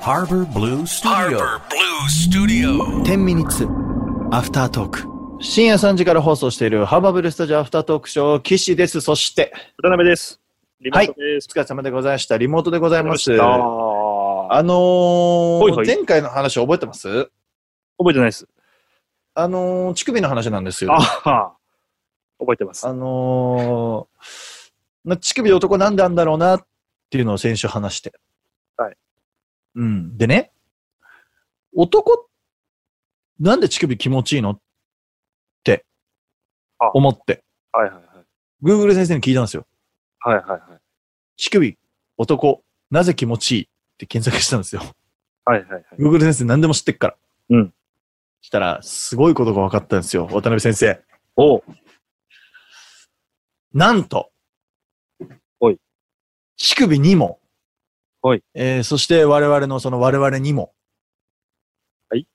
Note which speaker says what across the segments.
Speaker 1: Harbor Blue Studio.
Speaker 2: 天ミニッツアフタートーク深夜3時から放送しているハーバーブルスタジオアフタートークショー岸ですそして
Speaker 3: 渡辺です。リモートです
Speaker 2: お。疲れ様でございましたリモートでございます
Speaker 3: あ
Speaker 2: あ
Speaker 3: ー
Speaker 2: のー
Speaker 3: ほいほい
Speaker 2: 前回の話覚えてます
Speaker 3: 覚えてないです。
Speaker 2: あのー乳首の話なんですよ
Speaker 3: あ
Speaker 2: あ
Speaker 3: は覚えてます。
Speaker 2: のーま乳首男なんであんだろうなっていうのを先週話して
Speaker 3: はい
Speaker 2: うんでね男なんで乳首気持ちいいのって
Speaker 3: あ
Speaker 2: 思って
Speaker 3: はいはい
Speaker 2: Google 先生に聞いたんですよ
Speaker 3: はい。はいはいはい。
Speaker 2: 乳首、男、なぜ気持ちいいって検索したんですよ。
Speaker 3: はいはいはい。
Speaker 2: Google 先生何でも知ってっから。
Speaker 3: うん。
Speaker 2: したら、すごいことが分かったんですよ。渡辺先生。
Speaker 3: おう
Speaker 2: なんと。
Speaker 3: おい。
Speaker 2: 乳首にも。
Speaker 3: おい。
Speaker 2: えー、そして我々のその我々にも。
Speaker 3: はい。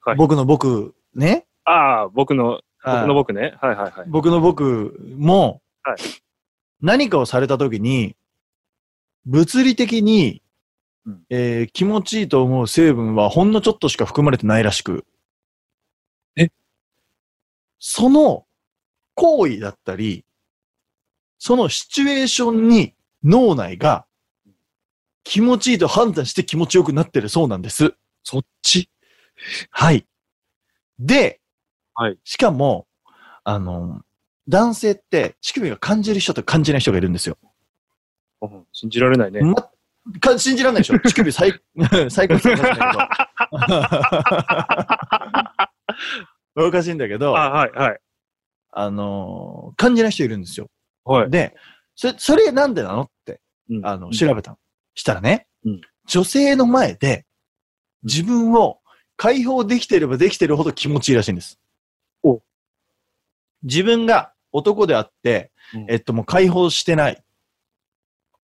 Speaker 3: はい
Speaker 2: 僕の僕、ね。
Speaker 3: ああ、僕の、僕
Speaker 2: 僕。
Speaker 3: の僕ね。はいはいはい。
Speaker 2: 僕の僕も、
Speaker 3: はい
Speaker 2: 何かをされた時に、物理的に、
Speaker 3: うん
Speaker 2: えー気持ちいいと思う成分はほんのちょっとしか含まれてないらしく。
Speaker 3: え
Speaker 2: その行為だったり、そのシチュエーションに脳内が気持ちいいと判断して気持ちよくなってるそうなんです。
Speaker 3: そっち
Speaker 2: はい。で、
Speaker 3: はい
Speaker 2: しかも、あの、男性って乳首が感じる人と感じない人がいるんですよ。
Speaker 3: うん信じられないね。
Speaker 2: ま、か信じられないで しょ乳首最、 最高って話だけど。おか しいんだけど、あ
Speaker 3: あはいはい。
Speaker 2: の、感じない人いるんですよ。
Speaker 3: はい。
Speaker 2: で、それ、それなんでなのって、
Speaker 3: うん
Speaker 2: あの、調べたの。したらね、
Speaker 3: うん
Speaker 2: 女性の前で自分を解放できてればできてるほど気持ちいいらしいんです。
Speaker 3: お
Speaker 2: 自分が男であって、
Speaker 3: うん
Speaker 2: えっと、もう解放してない。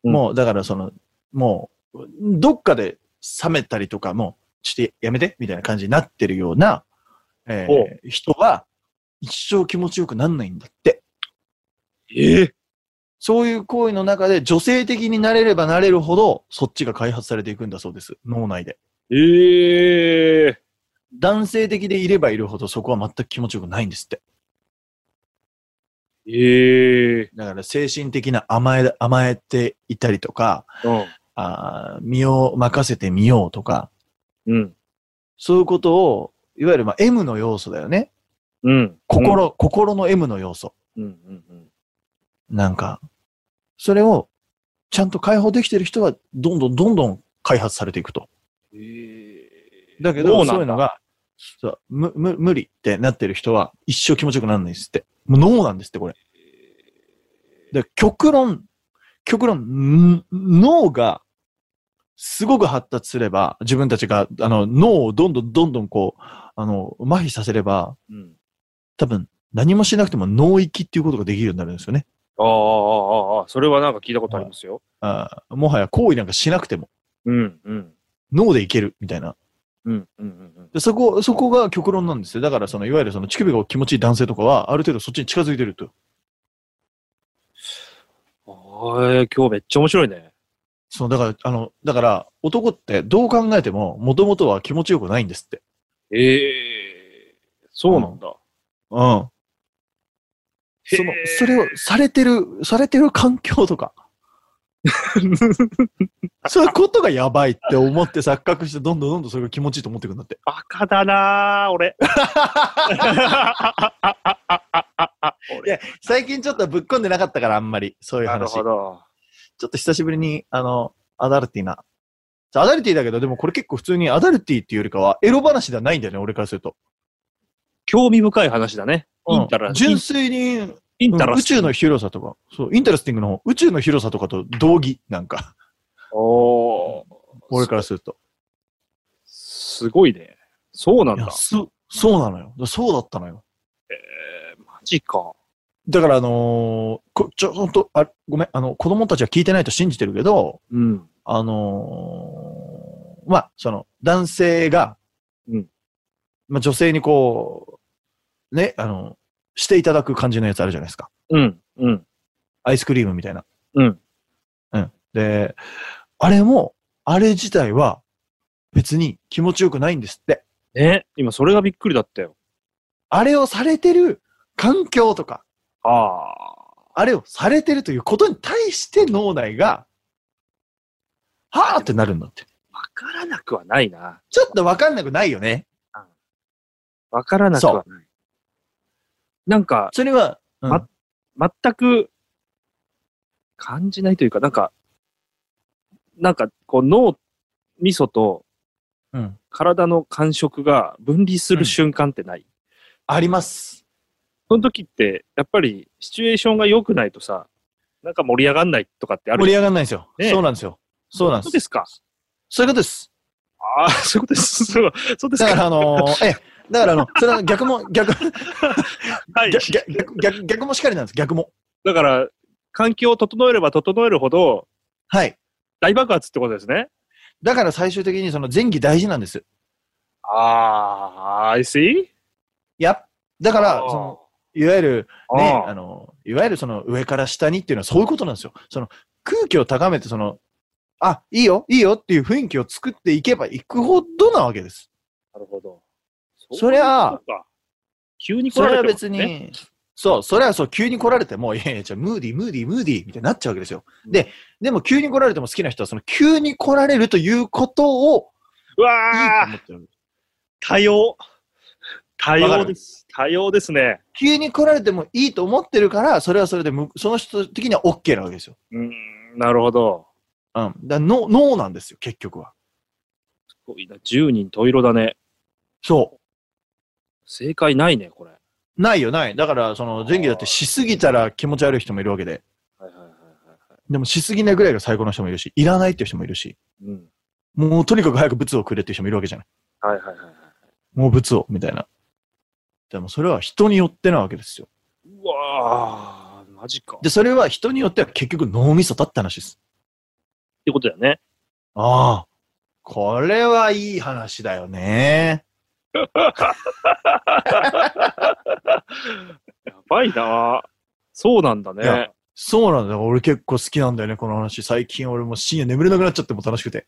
Speaker 3: うん
Speaker 2: もう、だからその、もう、どっかで冷めたりとか、もう、ちょっとやめて、みたいな感じになってるような、えー
Speaker 3: お
Speaker 2: 人は、一生気持ちよくなんないんだって。
Speaker 3: ええ
Speaker 2: そういう行為の中で女性的になれればなれるほど、そっちが開発されていくんだそうです。脳内で。
Speaker 3: ええ
Speaker 2: 男性的でいればいるほどそこは全く気持ちよくないんですって。
Speaker 3: ええ
Speaker 2: だから精神的な甘え、甘えていたりとか、
Speaker 3: うん
Speaker 2: あー身を任せてみようとか、
Speaker 3: うん。
Speaker 2: そういうことを、いわゆるまあ M の要素だよね。
Speaker 3: うん。
Speaker 2: 心、心の M の要素。
Speaker 3: うん。うんうん。
Speaker 2: なんか、それをちゃんと解放できてる人は、どんどんどんどん開発されていくと。
Speaker 3: ええ
Speaker 2: だけど、
Speaker 3: な
Speaker 2: そうい
Speaker 3: ん
Speaker 2: うのが、そうむむ無理ってなってる人は一生気持ちよくならないんですって。もう脳なんですって、これ。で極論、極論、ん脳がすごく発達すれば、自分たちが、あの、脳をどんどんどんどんこう、あの、麻痺させれば、
Speaker 3: うん。
Speaker 2: 多分何もしなくても脳域っていうことができるようになるんですよね。
Speaker 3: ああ、ああ、ああ、それはなんか聞いたことありますよ。
Speaker 2: あーもはや行為なんかしなくても、
Speaker 3: うん。うん。
Speaker 2: 脳でいけるみたいな。
Speaker 3: うん。うん。うんうん。
Speaker 2: でそこ、そこが極論なんですよ。だから、その、いわゆるその乳首が気持ちいい男性とかは、ある程度そっちに近づいてると。
Speaker 3: おい、今日めっちゃ面白いね。
Speaker 2: その、だから、あの、だから、男ってどう考えても、もともとは気持ちよくないんですって。
Speaker 3: ええそうなんだ。
Speaker 2: うん。その
Speaker 3: へ、ー
Speaker 2: それを、されてる、されてる環境と か。そういうことがやばいって思って錯覚して、どんどんどんどんそれが気持ちいいと思ってくんだって。
Speaker 3: バカだなぁ、俺。
Speaker 2: 最近ちょっとぶっ込んでなかったから、あんまり。そういう
Speaker 3: なる
Speaker 2: 話。
Speaker 3: ほど。
Speaker 2: ちょっと久しぶりに、あの、アダルティな。アダルティだけど、でもこれ結構普通にアダルティっていうよりかは、エロ話ではないんだよね、俺からすると。
Speaker 3: 興味深い話だね。
Speaker 2: うん
Speaker 3: インタラ
Speaker 2: 純粋に、うん
Speaker 3: インタラ
Speaker 2: 宇
Speaker 3: ス
Speaker 2: 宙の広さとか、そう、インタラスティングの方、宇宙の広さとかと同義、なん か、
Speaker 3: おー
Speaker 2: 俺からすると。
Speaker 3: すごいね。そうなん
Speaker 2: い
Speaker 3: だ
Speaker 2: や。そそうなのよ。そうだったのよ。
Speaker 3: えー、マジか。
Speaker 2: だから、あのーこちょ、ほんと、あ、ごめん、あの、子供たちは聞いてないと信じてるけど、
Speaker 3: うん。
Speaker 2: あのーまあ、その、男性が、
Speaker 3: うん
Speaker 2: まあ、女性にこう、ね、あの、していただく感じのやつあるじゃないですか。
Speaker 3: うん。うん。
Speaker 2: アイスクリームみたいな。
Speaker 3: うん。
Speaker 2: で、あれも、あれ自体は、別に気持ちよくないんですって。
Speaker 3: ね。今、それがびっくりだったよ。
Speaker 2: あれをされてる環境とか、
Speaker 3: ああ。
Speaker 2: あれをされてるということに対して脳内が、はーってなるんだって。
Speaker 3: わからなくはないな。
Speaker 2: ちょっとわかんなくないよね。
Speaker 3: わからなくはない。なんか、
Speaker 2: それは、うん
Speaker 3: ま全く感じないというか、なんか、なんか、こう、脳、味噌と
Speaker 2: うん
Speaker 3: 体の感触が分離する瞬間ってない、
Speaker 2: あります。
Speaker 3: その時って、やっぱり、シチュエーションが良くないとさ、なんか盛り上がんないとかってある
Speaker 2: 盛り上がんないんですよ。
Speaker 3: ね
Speaker 2: そうなんですよ。そうなん
Speaker 3: そう
Speaker 2: で。
Speaker 3: ですすか。
Speaker 2: そういうことです。
Speaker 3: ああ、そういうことです。そうそうです
Speaker 2: だか
Speaker 3: か。
Speaker 2: ら、あのー、ええ、だから、あの、それは逆も、逆、
Speaker 3: はい。
Speaker 2: 逆、逆、逆逆もしかりなんです。逆も。
Speaker 3: だから、環境を整えれば整えるほど、
Speaker 2: はい。
Speaker 3: 大爆発ってことですね。
Speaker 2: だから最終的にその前儀大事なんです。
Speaker 3: ああ、I see?
Speaker 2: いや、だから
Speaker 3: あ、ー
Speaker 2: その、いわゆる、ね、
Speaker 3: あ
Speaker 2: あ
Speaker 3: ー
Speaker 2: の、いわゆるその上から下にっていうのはそういうことなんですよ。その空気を高めて、その、あ、いいよ、いいよっていう雰囲気を作っていけばいくほどなわけです。
Speaker 3: なるほど。
Speaker 2: そりゃあ
Speaker 3: そういうことか、急に来
Speaker 2: そ
Speaker 3: ら
Speaker 2: れ
Speaker 3: れ
Speaker 2: は
Speaker 3: てもね
Speaker 2: 別に、そう、それはそう、急に来られても、いやいや、じゃあムーディー、ムーディー、ムーディーみたいになっちゃうわけですよ。で、でも急に来られても好きな人は、その急に来られるということを、
Speaker 3: う
Speaker 2: いいと
Speaker 3: わ
Speaker 2: 思
Speaker 3: ー
Speaker 2: っちゃう。
Speaker 3: 多様。多
Speaker 2: わか
Speaker 3: 様
Speaker 2: る
Speaker 3: です。多様ですね。
Speaker 2: 急に来られてもいいと思ってるから、それはそれでむ、その人的には OK なわけですよ。
Speaker 3: うーん、なるほど。
Speaker 2: うん。だから脳脳なんですよ、結局は。
Speaker 3: すごいな。10人十色だね。
Speaker 2: そう。
Speaker 3: 正解ないね、これ。
Speaker 2: ないよ、ない。だから、その、前期だってしすぎたら気持ち悪い人もいるわけで。
Speaker 3: はいはいはいは
Speaker 2: でも、しすぎないぐらいが最高の人もいるし、いらないっていう人もいるし、
Speaker 3: い。うん。
Speaker 2: もうとにかく早く物をくれっていう人もいるわけじゃない。
Speaker 3: はいはいはいはい。
Speaker 2: もう物を、みたいな。でも、それは人によってなわけですよ。
Speaker 3: うわー、マジか。
Speaker 2: で、それは人によっては結局脳みそだって話です。
Speaker 3: ってことだよね。
Speaker 2: ああ。これはいい話だよね。
Speaker 3: やばいな。そうなんだ
Speaker 2: いや
Speaker 3: ね。
Speaker 2: そうなんだよ。俺結構好きなんだよね、この話。最近俺もう深夜眠れなくなっちゃってもう楽しくて。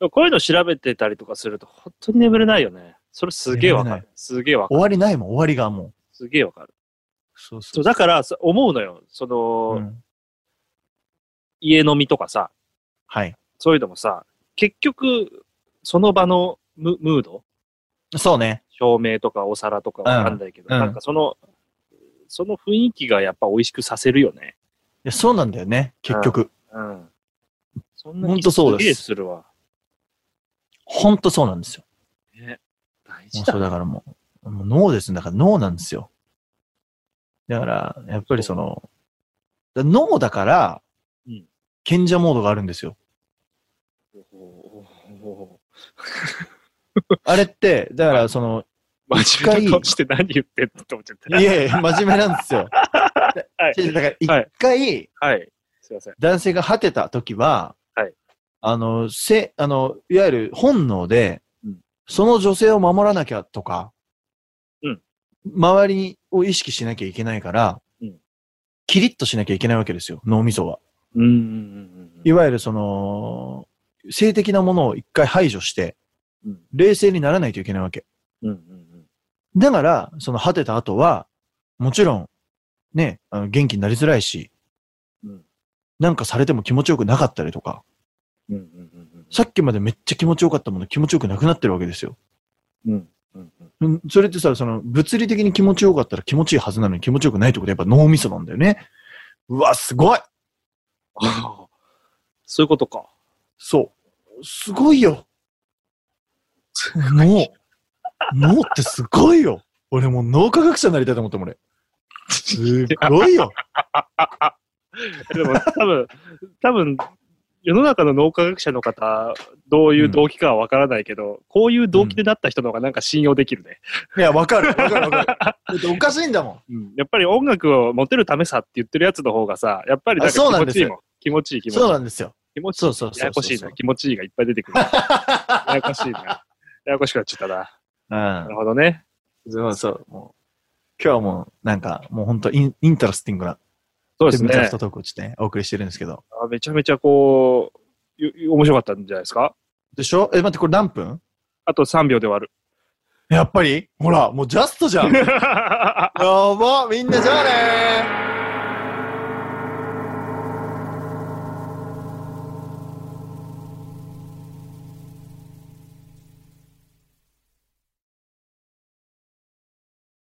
Speaker 3: でもこういうの調べてたりとかすると、本当に眠れないよね。それすげえわか
Speaker 2: 眠れ
Speaker 3: る。すげえわかる。
Speaker 2: 終わりないもん、終わりがもう。
Speaker 3: すげえわかる。
Speaker 2: そうそ
Speaker 3: そうだから、そ思うのよ。その、
Speaker 2: う。うん、
Speaker 3: 家飲みとかさ、
Speaker 2: はい。
Speaker 3: そういうのもさ、結局、その場のムムード、
Speaker 2: そうね。
Speaker 3: 照明とかお皿とかわかんないけど、
Speaker 2: うんうん
Speaker 3: なんかその、その雰囲気がやっぱ美味しくさせるよね。
Speaker 2: いやそうなんだよね、結局。
Speaker 3: うん。そんな
Speaker 2: ほん
Speaker 3: 気
Speaker 2: とそうです
Speaker 3: げえするわ。
Speaker 2: ほんとそうなんですよ。
Speaker 3: 大
Speaker 2: も
Speaker 3: 事
Speaker 2: う
Speaker 3: だ
Speaker 2: そうだからもう、もう脳です。だから脳なんですよ。だから、やっぱりその、だ脳だから
Speaker 3: うん、
Speaker 2: 賢者モードがあるんですよ。
Speaker 3: おー
Speaker 2: あれって、だからその、
Speaker 3: 真面目な顔して何言ってんのって思 っちゃっ
Speaker 2: いやいや、真面目なんですよ。
Speaker 3: た。はい。
Speaker 2: だから一回、
Speaker 3: はい。すいません。
Speaker 2: 男性が果てた時は、
Speaker 3: はい
Speaker 2: あの、せ、あの、いわゆる本能で、
Speaker 3: うん
Speaker 2: その女性を守らなきゃとか、
Speaker 3: うん
Speaker 2: 周りを意識しなきゃいけないから、
Speaker 3: うん
Speaker 2: キリッとしなきゃいけないわけですよ、脳みそは。
Speaker 3: うんうんうんうん。
Speaker 2: いわゆるその、性的なものを一回排除して、
Speaker 3: うん
Speaker 2: 冷静にならないといけないわけ。
Speaker 3: うんうんうん。
Speaker 2: だから、その果てた後は、もちろん、ね、あの元気になりづらいし、
Speaker 3: うん
Speaker 2: なんかされても気持ちよくなかったりとか、
Speaker 3: うんうんうんうん。
Speaker 2: さっきまでめっちゃ気持ちよかったもの気持ちよくなくなってるわけですよ。
Speaker 3: うんうんうん。
Speaker 2: うんそれってさ、その物理的に気持ちよかったら気持ちいいはずなのに気持ちよくないってことはやっぱ脳みそなんだよね。うわ、すごい
Speaker 3: ああそういうことか。
Speaker 2: そう。すごいよ脳脳ってすごいよ俺もう脳科学者になりたいと思っても俺。すごいよ
Speaker 3: でも多分、多分、世の中の脳科学者の方、どういう動機かはわからないけど、こういう動機でなった人の方がなんか信用できるね。
Speaker 2: いや、わかるわかるわかる。だっておかしいんだもん。
Speaker 3: うんやっぱり音楽をモテるためさって言ってるやつの方がさ、やっぱりなんか
Speaker 2: あそう
Speaker 3: 気
Speaker 2: なん
Speaker 3: 持
Speaker 2: です
Speaker 3: ちいいもん。気持ちいい気持ちいい
Speaker 2: そう。なんですよ。
Speaker 3: 気持ち
Speaker 2: そ
Speaker 3: いい。
Speaker 2: うそうそうそう
Speaker 3: ややこしいな。気持ちいいがいっぱい出てくる。ややこしいな。ややこしくなっちゃったな。
Speaker 2: うん
Speaker 3: なる。ほどね。
Speaker 2: そうそう。もう今日はもう、なんか、もう本当イン、インタラスティングな、
Speaker 3: そう
Speaker 2: テ
Speaker 3: です
Speaker 2: ムタ
Speaker 3: ね
Speaker 2: フト。トークをしてお送りしてるんですけど。
Speaker 3: あめちゃめちゃこう、ゆ面白かったんじゃないですか
Speaker 2: でしょえ、待って、これ何分
Speaker 3: あと3秒で終わる。
Speaker 2: やっぱりほら、もうジャストじゃん。やばみんなじゃあねー